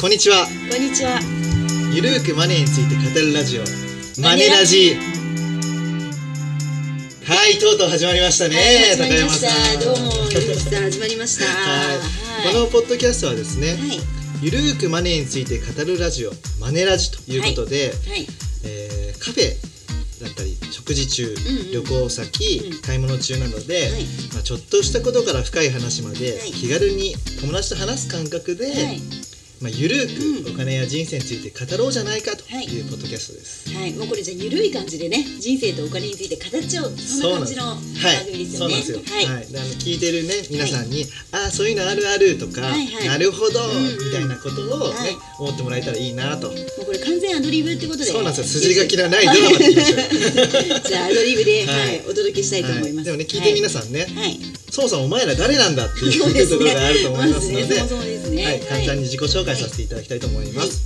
こんにちは。こんにちは。ゆるーくマネーについて語るラジオ。マネラジ。はい、とうとう始まりましたね。はい始高まりま山しさん。た。どうも、ゆうきさん、始まりました。はい、こはのポッドキャストはですね、い。はい。ゆるーくマネーについて語るラジオマネラジということで、はい。えーカフェだったり食事中、んうん旅行先、うん買い物中などで、はいまあ、ちょっとしたことから深い話まで、はい気軽に友達と話す感覚で、はい。まあ、ゆるーうくんお金や人生について語ろうじゃないかとはいいうポッドキャストです。はい、もうこれじゃあゆるい感じでね、人生とお金について語っちゃおう。そんな感じの番組ですそうよなね。んですよ。は。はいい、はい。であの聞いてるね皆さんに、ああそういうのあるあるとか、はいはいなるほど、うんうんみたいなことをね、はい思ってもらえたらいいなと。もうこれ完全アドリブってことで。そうなんですよ筋書きのないドラマでいきましょう はいじゃあアドリブで、ははいい、お届けしたいと思いはいます。でもね聞いて皆ささんね、ん。はい。そもそもお前ら誰なんだっていそううですとねころがあると思いますので、まずねそもそもですねはい、簡単に自己紹介させていただきたいと思います。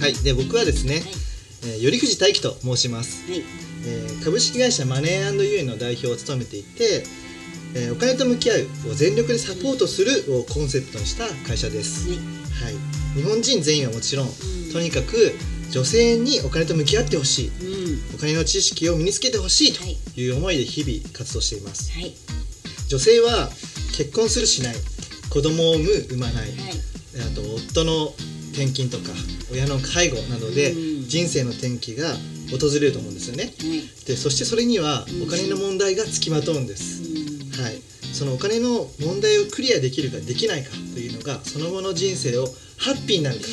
はい、で僕はですね、えー、頼藤大樹と申します、はい。えー株式会社マネーユーの代表を務めていて、えーお金と向き合うを全力でサポートするをコンセプトにした会社です。はい。はい、日本人全員はもちろん、んとにかく女性にお金と向き合ってほしい、うん。お金の知識を身につけてほしいとはいいう思いで日々活動しています。はい。女性は結婚するしない子供を産む産まない、はい。あと夫の転勤とか親の介護などでうん人生の転機が訪れると思うんですよねはい。でそしてそれにはうんお金の問題がつきまとうんです、うん。はいそのお金の問題をクリアできるかできないかというのがその後の人生をハッピーになるか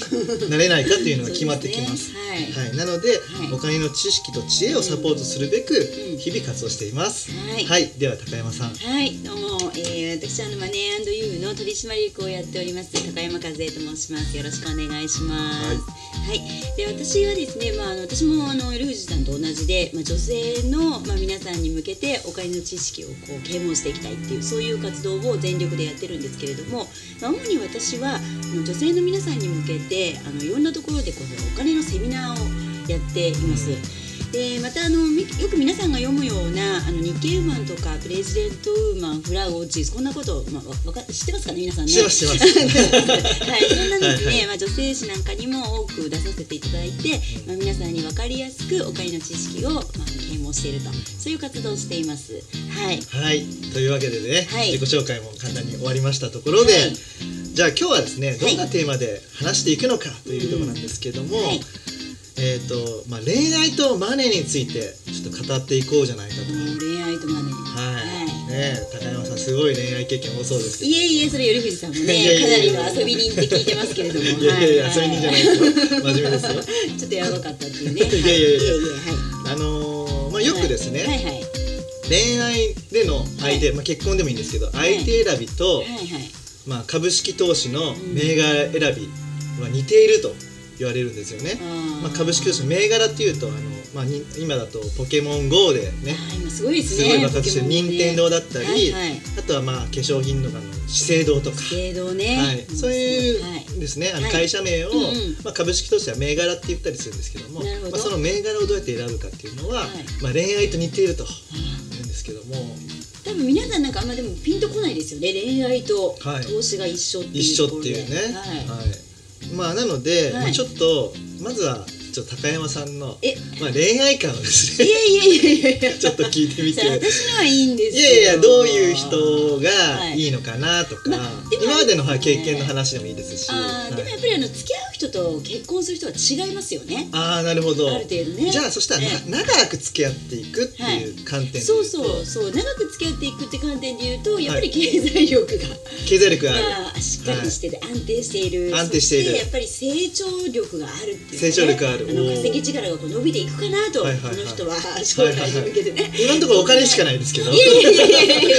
なれないかというのが決まってきますそうでねはい。はい、なので、いお金の知識と知恵をサポートするべくうん日々活動しています、はいはい、では高山さんはい、どうも、えー、私あのマネーユーの取締役をやっております高山和恵と申します。よろしくお願いします。ははいい、で私はですね、まああの私もあのルージュさんと同じで、まあ女性のまあ皆さんに向けてお金の知識をこう啓蒙していきたいっていうそういう活動を全力でやってるんですけれども、まあ主に私はあの女性の皆さんに向けてあのいろんなところでこのお金のセミナーをやっています。でまたあのみよく皆さんが読むようなあの日経ウーマンとかプレジデントウーマンフラウォーチーズこんなこと、まあ、わわか知ってますかね皆さんね知ってます知ってますはい、そんなですはいね、まあ、女性誌なんかにも多く出させていただいて、まあ、皆さんに分かりやすくお金の知識を、まあ、啓蒙しているとそういう活動をしていますはいはい、というわけでね、はい自己紹介も簡単に終わりましたところで、はいじゃあ今日はですねいどんなテーマで話していくのかというところなんですけども、うんはいえっ、と、まあ、恋愛とマネーについてちょっと語っていこうじゃないかと。もう恋愛とマネーはい、はねえ高山さんすごい恋愛経験多そうですけどいえいえそれ頼藤さんもねいやいやいやかなりの遊び人って聞いてますけれどもいやいやいや、はそういうんじゃないですよ真面目ですよちょっとやばかったっていうね いやいやいやはいいやはいあのーまあよくですね、はいはいはい恋愛での相手、はまあ結婚でもいいんですけど、い相手選びと、はいはいまあ、株式投資の銘柄選びは似ていると言われるんですよね、あーまあ、株式投資の銘柄っていうとあの、まあ、に今だとポケモン GO でねあー今すごいですすねごい爆発してるポケモンね任天堂だったり、はいはいあとはまあ化粧品とかの資生堂とか、芸道ね、はい、そうはいういですね、あのはい会社名を、うんうんまあ、株式投資は銘柄って言ったりするんですけどもなるほどまあ、その銘柄をどうやって選ぶかっていうのは、はいまあ、恋愛と似ていると言うんですけども多分皆さんなんかあんまでもピンとこないですよね恋愛とはい投資が一緒っていう一緒っていうね、ところはではいいまあなので、はいまあ、ちょっとまずはちょっと高山さんのえまあ、恋愛観をです いねやいやいやいやちょっと聞いてみてそれ私のはいいんですいよやいやどういう人がいいのかなとか、まあでも今までの、はいね経験の話でもいいですしあーでもやっぱりあの付き合う人と結婚する人は違いますよねああーなるほどある程度ねじゃあそしたらな、え長く付き合っていくっていう観点で言と、そうそうそう長く付き合っていくって観点で言うとやっぱり経済力が、経済力がある、まあ、しっかりしてて安定している、安定しているそやっぱり成長力があるっていう、ね、成長力があるのおー稼ぎ力がこう伸びていくかなと、はいはいはいこの人は将来に向けてね、今のところお金しかないですけどいやいやいやいやいやいや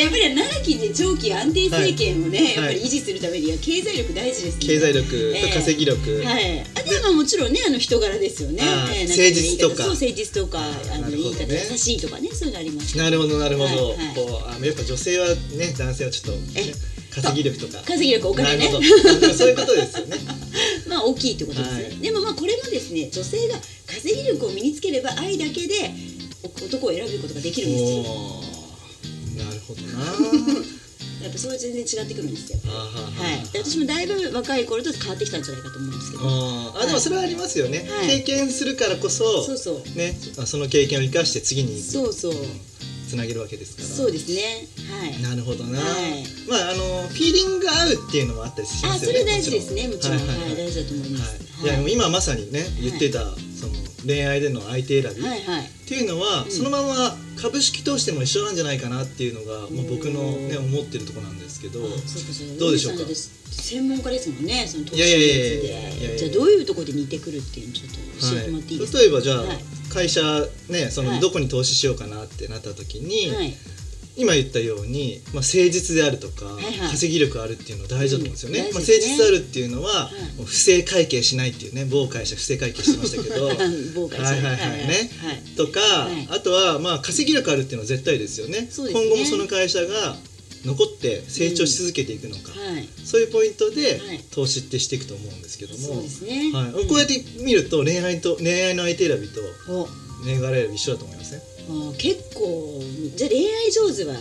やっぱり長きに長期安定政権をね、いやっぱり維持するためには経済力大事ですね経済力と稼ぎ力、はい、あとはまあもちろんねあの人柄ですよね、あーええなん誠実とかそう誠実とかなあのるほ言どいね方優しいとかねそういうのありますなるほどなるほど、はいはいこうあのやっぱ女性はね男性はちょっと、ねえ、稼ぎ力とか稼ぎ力お金ねなるほどそういうことです よねまあ大きいってことですね、はいでもまあこれもですね女性が稼ぎ力を身につければ愛だけでお男を選ぶことができるんですよおーなるほどなやっぱそれ全然違ってくるんですよ。あーはーはー はい、で私もだいぶ若い頃と変わってきたんじゃないかと思うんですけど。あーあでもそれはありますよね、はい経験するからこそそうそう。ね、その経験を生かして次にそうそう。つなげるわけですからそうですね。はい。なるほどな、はいまああのフィーリングが合うっていうのもあったりしまあ、すそよねれ大事ですね。もちろん、はいはいははいい、大事だと思いまはいす。いやはでいも今まさにね言ってた、その恋愛での相手選び、はいはい。っていうのは、うんそのまま株式投資でも一緒なんじゃないかなっていうのが、まあ、僕の、ね、う思ってるところなんですけどあそうかそうかどうでしょうか海さんだって専門家ですもんね。その投資いやいやいやいやいやいやで。じゃあどういうところで似てくるっていうのをちょっと教えてもらっていいですか。例えばじゃあ、はい会社ねそはのいどこに投資しようかなってなった時に、はい。今言ったように、まあ、誠実であるとか、いはい稼ぎ力あるっていうのは大事だと思うんですよね,、うんまあ、大誠事ですね実であるっていうのは、いもう不正会計しないっていうね某会社不正会計してましたけど某会社はいはいはいねはい。とか、はいあとはまあ稼ぎ力あるっていうのは絶対ですよねそうですね今後もその会社が残って成長し続けていくのか、はい。そういうポイントではい投資ってしていくと思うんですけどそうもで、すね。はいんこうやっ。て見ると恋愛と恋愛の相手選びとお年がら選び一緒だと思いますね。あ結構じゃあ恋愛上手は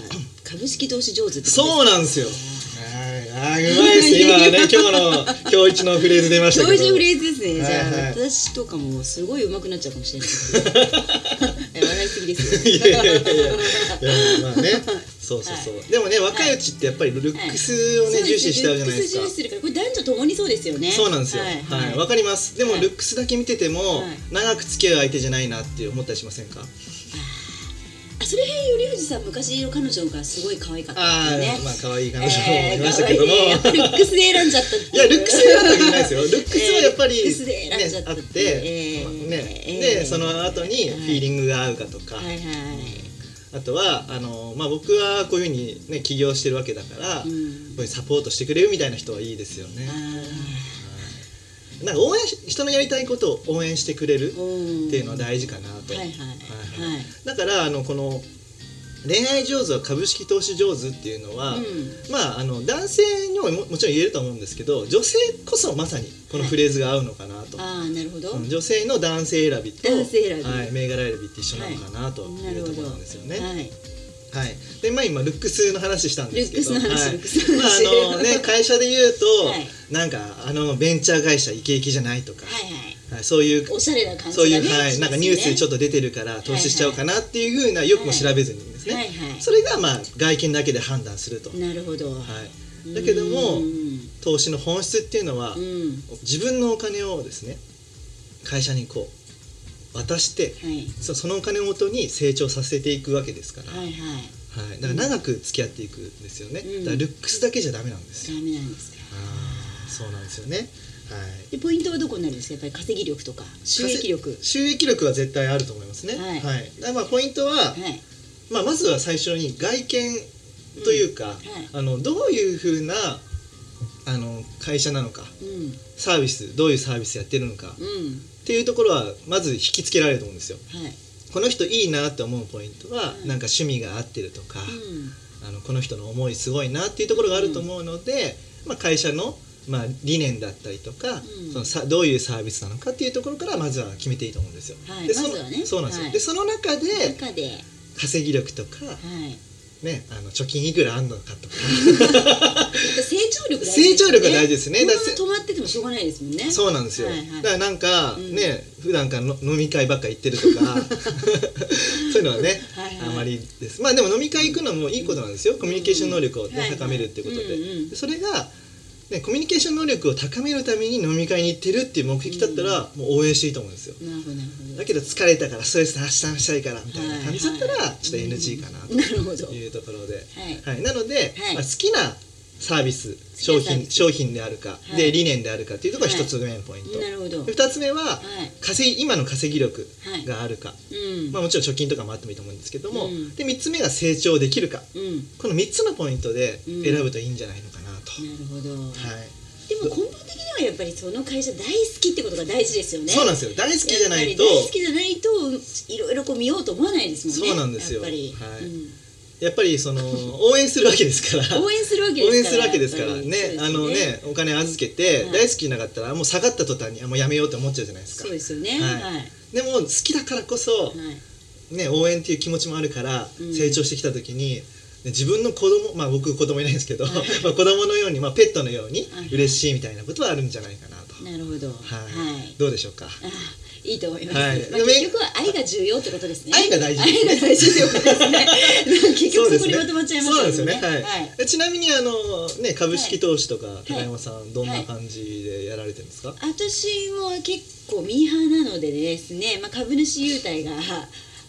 株式投資上手ってことそうでなんですよ。はい、あーうまいですね。 今ね、今日の今日一のフレーズ出ましすたかけ同ど。時フレーズですね、はいはいじゃあ私とかもすごい上手くなっちゃうかもしれないです笑いすぎですいやいやいやいやいやまあね、そうそうそう。でもね、若いうちってやっぱりルックスをね、重視しちゃうじゃないですか。ルックス重視するからこれ男女ともにそうですよねそうなんですよ。はい、わ、はい、かります。でも、はいルックスだけ見てても、はい長く付き合う相手じゃないなって思ったりしませんか。あそれへんより藤さん昔の彼女がすごい可愛かったあですあ、ねまあ、可愛いえ彼ー女もいましたけども。可愛いねやっぱりルックスで選んじゃったっていや、ルックス選んだわけじゃないですよ。ルックスはやっぱり、えールックスで選んじゃねっ、あたっってて、えーね、えで、ーその後にフィーリングが合うかとか。はいはいあとはあの、まあ、僕はこういうふうに、ね、起業してるわけだから、うこんういうサポートしてくれるみたいな人はいいですよね。あなんか応援し人のやりたいことを応援してくれるーうんっていうのは大事かなと。はいはいはいはいだからあのこの恋愛上手は株式投資上手っていうのは、うんまああの男性にもももちろん言えると思うんですけど女性こそまさにこのフレーズが合うのかなと、ああなるほど、うん女性の男性選びと男性選びはい、銘柄選びって一緒なのかなとないうるとほこどろなんですよね。はいはい、でまあ今ルックスの話したんですけどルックスの話はいルックスの話まああのね、会社で言うと、はいなんかあのベンチャー会社イケイケじゃないとか、はいはいはいそういうおしゃれな感じそがうねいう、はい、なんかニュースでちょっっと出てるから投資しちゃおうかなっていうふうなよくも調べずにですね、はいはいそれがまあ外見だけで判断すると、はなるほど、い、だけどもうん投資の本質っていうのは、うん自分のお金をですね会社にこう渡してはいそそのお金をもとに成長させていくわけですから、はいはいはい、だから長く付き合っていくんですよね、うだんからルックスだけじゃダメなんですダよ、メなんですかあーそうなんですよね、はい、でポイントはどこになるんですかやっぱり稼ぎ力とか収益力は収益力は絶対あると思いますね、はいだからまあポイントは、いまあ、まずは最初に外見というか、あのどういうふうなあの会社なのかうんサービスどういうサービスやってるのかうんっていうところはまず引きつけられると思うんですよはいこの人いいなって思うポイントは、うんなんか趣味が合ってるとか、あのこの人の思いすごいなっていうところがあると思うので、まあ、会社の、まあ、理念だったりとか、うんそのさどういうサービスなのかっていうところからまずは決めていいと思うんですよ。はいでそのまずはねそうなんですよ、はいでその中でうん中では稼ぎ力とか、いね、あの貯金いくらあんのかとかやっぱ成長力大事ですよね成長力が大事ですねこのだってまま止まっててもしょうがないですもんねそうなんですよ、はいはいだからなんか、うんね普段からの飲み会ばっか行ってると かそういうのはねはいはいあまりですまあでも飲み会行くのもいいことなんですよコミュニケーション能力をね、うんはいはい高めるっていうことで、うんうんでそれが、ね、コミュニケーション能力を高めるために飲み会に行ってるっていう目的だったら、もう応援していいと思うんですよなるほどなるほどだけど疲れたからストレス発散したいからみたいな感じだったら、はいはいちょっと NG かななるほどというところで、はいはい、なので、はいまあ、好きなサービスき商なサービ品ス商品であるか、はいで理念であるかっていうところが一つ目のポイント、なるほどはでい二つ目は、稼ぎ今の稼ぎ力があるか、うんまあ、もちろん貯金とかもあってもいいと思うんですけども、うんで3つ目が成長できるかうんこの3つのポイントでうん選ぶといいんじゃないのかなと、なるほど、はいでも根本的にはやっぱりその会社大好きってことが大事ですよねそうなんんですよ大好きじゃないと大好きじゃないといろいろこう見ようと思わないですもんねそうなんですよやっぱり、はいうんやっぱりその応援するわけですから 応援するわけですから応援するわけですからやっねぱりそうですあのねお金預けて、はい大好きじゃなかったらもう下がった途端にあもうやめようって思っちゃうじゃないですかそうですよねははいい、はいでも好きだからこそ、ね、応援っていう気持ちもあるから、うん成長してきた時にで自分の子供まあ僕子供いないんですけど、はい まあ子供のように、まあ、ペットのようにはい嬉しいみたいなことはあるんじゃないかなと、なるほど。はいはい。どうでしょうかあーいいと思います。はいまあ、結局は愛が重要ってことですね。愛が大事愛が大事ってことですね。結そう局ですそこにねまとまっちゃいまそうなんですすよよね。ね、はいちなみにあの、ね、株式投資とか、高山さんどんはない感じでやられてるんですか、私も結構ミーハーなのでですね、まあ、株主優待が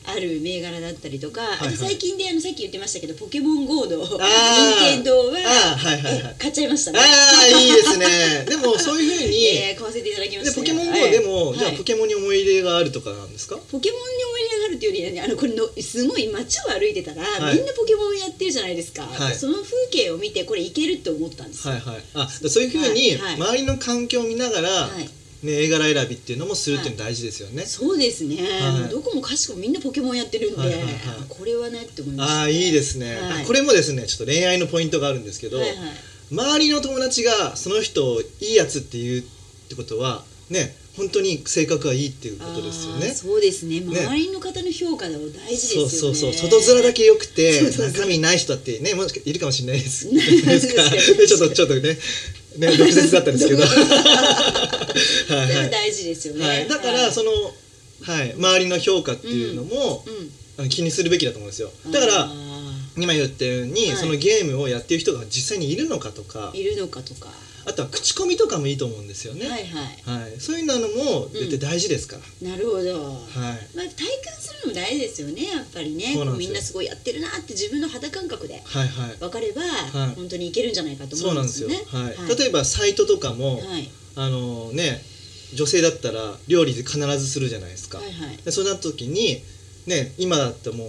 ある銘柄だったりとか、いはあいと最近であのさっき言ってましたけど「ポケモン GO」の任あー天堂はあーはいはいはいえ買っちゃいましたあね。あいいですねでもそういうふうに、えー買わせ ていただきましでたポね、ケモン GO はいでも、じゃあはいポケモンに思い入れがあるとかなんですかポケモンに思い入れがあるというよりはねあのこれのすごい街を歩いてたら、はいみんなポケモンやってるじゃないですか、はいその風景を見てこれいけるって思ったんですよ、はいはいあそういうふうに、はいはい周りの環境を見ながら、はいね、映画選びっていうのもするっていうの大事ですよね、そうですね、はいもうどこもかしこもみんなポケモンやってるんで、はいはいはいあこれはねって思いましたああいいですね、はいあこれもですねちょっと恋愛のポイントがあるんですけど、はいはい周りの友達がその人をいいやつって言うってことはね本当に性格がいいっていうことですよねあーそうですねね周りの方の評価でも大事ですよそうねそうそう外面だけ良くてそうそうそう中身ない人だってねもしかいるかもしれないですねですか 確かにでちょっとちょっとねね毒舌だったんで すけどは毒そい、れ ははい大事ですよね、はい、だかはらいその、はい、周りの評価っていうのも、うあの気にするべきだと思うんですよんだからあー今言ったように、はいそのゲームをやってる人が実際にいるのかとかいるのかとか、あとは口コミとかもいいと思うんですよね、ははいいはいそういうのも絶対大事ですから、なるほどはいまあ、体感するのも大事ですよねやっぱりねそうなんですよこうみんなすごいやってるなって自分の肌感覚ではいはい分かれば、はい本当にいけるんじゃないかとそ思ううなんんでですすよよ、ね。はいはい例えばサイトとかも、はいあのね女性だったら料理で必ずするじゃないですか、はいはいでそうなった時にね今だってもう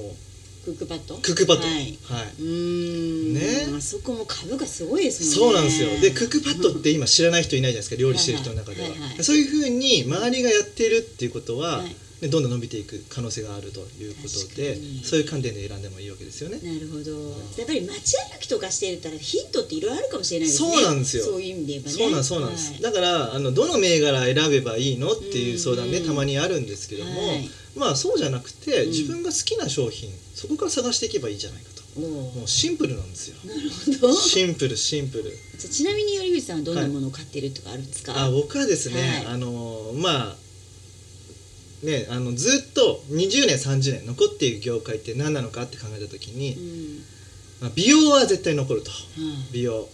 クックパッドクックパッド、はい、はいうーんねあそこも株がすごいですそうもんねなんですよでクックパッドって今知らない人いないじゃないですか料理してる人の中では,、はいはいはいそういうふうに周りがやってるっていうことは、はいねどんどん伸びていく可能性があるということで確かにそういう観点で選んでもいいわけですよね。なるほどやっぱり街歩きとかしてたらヒントっていろいろあるかもしれないですねそうなんですよそういう意味で言えばねそうなんそうなんです、はいだからあのどの銘柄選べばいいのっていう相談うねんたまにあるんですけども、はいまあそうじゃなくてうん自分が好きな商品、そこから探していけばいいじゃないかとおもーうシンプルなんですよなる ほどじシンプルシンプルゃあちなみに頼口さんはどんなものを買ってるとかあるんですか、あ僕はですね、はいあのまあねあのずっと20年30年残っている業界って何なのかって考えた時うに、んまあ美容は絶対残るとはい美容はい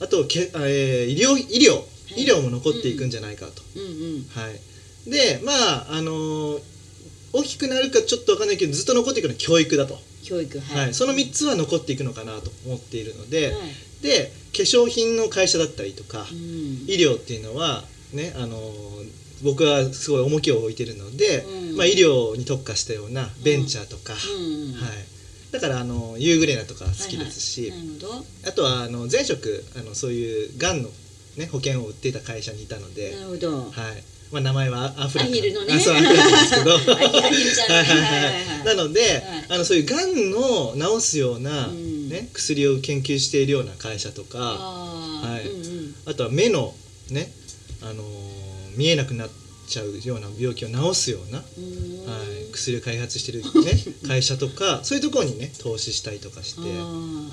あとけ、あえー医療医療、い医療も残っていくんじゃないかと、うんうんはいでまああのー大きくなるかちょっと分かんないけどずっと残っていくのは教育だと、教育はい、はい、その3つは残っていくのかなと思っているので、で化粧品の会社だったりとか、うん医療っていうのはねあの僕はすごい重きを置いてるので、うんまあ、医療に特化したようなベンチャーとか、うんはい、だからあの夕暮れなとか好きですし、はいはいなるほあとはあの前職あのそういうがんの、ね、保険を売っていた会社にいたので、どなるほど、はいまあ、名前はアフラアヒルのねあそうアフラなんですけど アヒルちゃんねはいはいはいはいははいいなので、いあのそういうがんの治すような、うんね薬を研究しているような会社とか。あーはいうんうんあとは目のね、あのー見えなくなっちゃうような病気を治すような、はうーんい、薬を開発してる、ね、 会社とかそういうところにね投資したりとかして、あはいー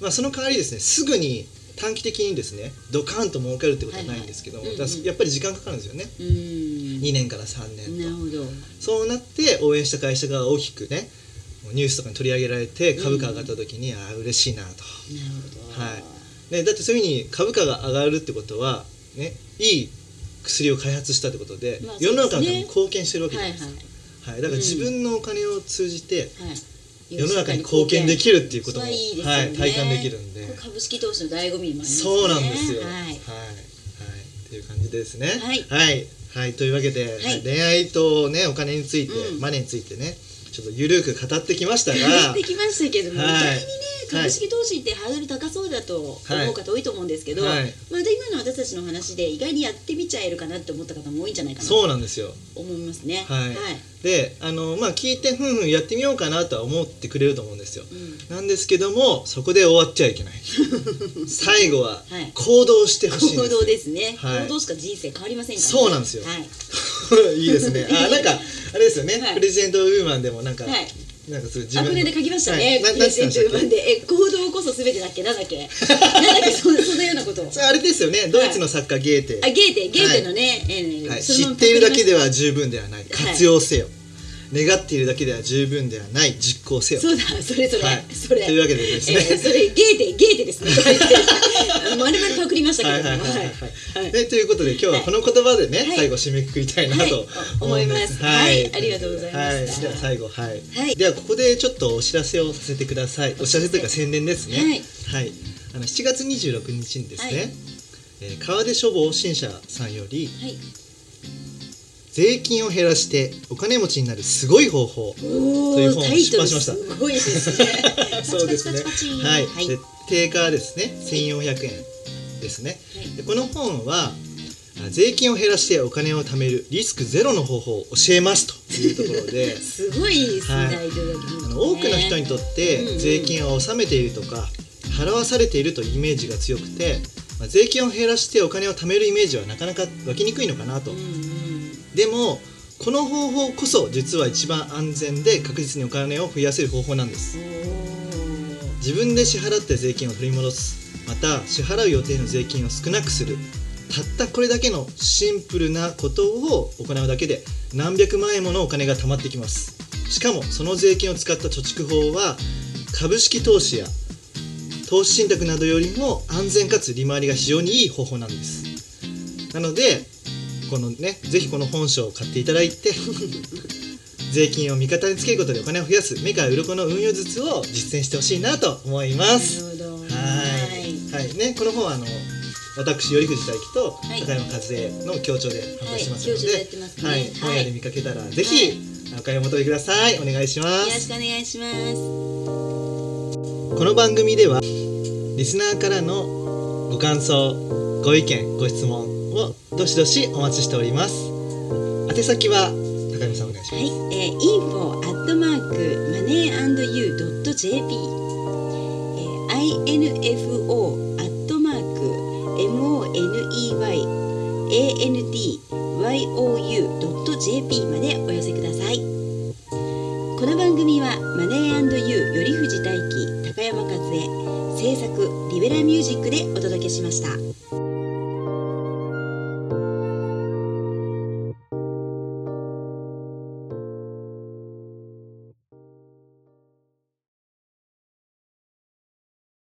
まあ、その代わりですねすぐに短期的にですねドカーンと儲かるってことはないんですけども、はいはいうんうんだからやっぱり時間かかるんですよねうーん2年から3なる年と。ほどそうなって応援した会社が大きくねニュースとかに取り上げられて株価上がった時に、ああ嬉しいなと。なるほどはいね、だってそういうふうに株価が上がるってことは、ね、いい薬を開発したってことで,、まあ世の中のそたうですめねに貢献してるわけじゃはないいはでいすか、はいだから自分のお金を通じてはい世の中に貢献できるっていうこともそれはいいですよねはい、体感できるんで、これ株式投資の醍醐味もありますねそうなんですよ。ははいい、はい、っていう感じですね。はいはい、はいというわけで、い恋愛とねお金について、うんマネーについてねちょっとゆるく語ってきましたや がって、きましたけども、はい意外にね株式投資ってハードル高そうだと思う方多いと思うんですけど、はいまあ、で今の私たちの話で意外にやってみちゃえるかなって思った方も多いんじゃないかなとそうなんですよ。思いますね。はいであのまあ聞いてふんふんやってみようかなとは思ってくれると思うんですよ、うなんですけどもそこで終わっちゃいけ ない最後ははい行動してほしいん行です、動ですね、はい行動しか人生変わりませんから、ね、そうなんですよはい、 いいですねあなんかあれですよね、はいプレゼントウーマンでもなんか、はいなんかそう自あこ分れで書きましたね。はい、ななんつってまし たっ版けでえ行動こそすべてだっけなんだっけなんだっけそそのようなこと を。それあれですよねドイツの作家ゲーテ、あゲーテゲーテのね、えーはい、そ知のままっているだけでは十分ではないはい活用せよ、願っているだけでは十分ではない実行せよそうだそれそれ、はいそれというわけでですねえーそれゲーテゲーテですね。まるまるパクりましたはいけはどいはいも。はい、はいでということで今日はこの言葉でね、はい最後締めくくりたいなと思うんです、はい思いますはいありがとうございまはい、したでは最後はい、はいではここでちょっとお知らせをさせてくださいお知らせというか宣伝ですねはい、あの7月26日にですね、はいえー川出処方新社さんよりはい。税金を減らしてお金持ちになるすごい方法おというー本をタイ出トル版しました。すごいですねそうですねパチパチパチパチはい、はい。で定価はですね1400円ですねはいでこの本はあ税金を減らしてお金を貯めるリスクゼロの方法を教えますというところですごいですね、はい大丈夫あの多くの人にとっうんうてん税金を納めているとか払わされているというイメージが強くて、まあ、税金を減らしてお金を貯めるイメージはなかなか湧きにくいのかなとうんうんでもこの方法こそ実は一番安全で確実にお金を増やせる方法なんですお自分で支払って税金を取り戻すまた支払う予定の税金を少なくするたったこれだけのシンプルなことを行うだけで何百万円ものお金が貯まってきますしかもその税金を使った貯蓄法は株式投資や投資信託などよりも安全かつ利回りが非常にいい方法なんですなのでこのねぜひこの本書を買っていただいて 税金を味方につけることでお金を増やす目から鱗の運用術を実践してほしいなと思いますーなるほどはい、はい、ね、この本はあの、私頼藤大樹とはい高山和江の協調で販売してますのはい協調でやってますで。ねはい、はい本屋で見かけたら、ぜはひ、お買い求めください。お願いしまよろしす。くお願いしますこの番組では、リスナーからのご感想、ご意見、ご質問をどしどしお待ちしております。宛先は、高山さんお願いしはまいす。、えー、info at mark moneyandyou.jp、えー、info at mark moneyandyou.jp までお寄せくださいこの番組はマネーユー頼藤大輝高山和恵制作リベラミュージックでお届けしました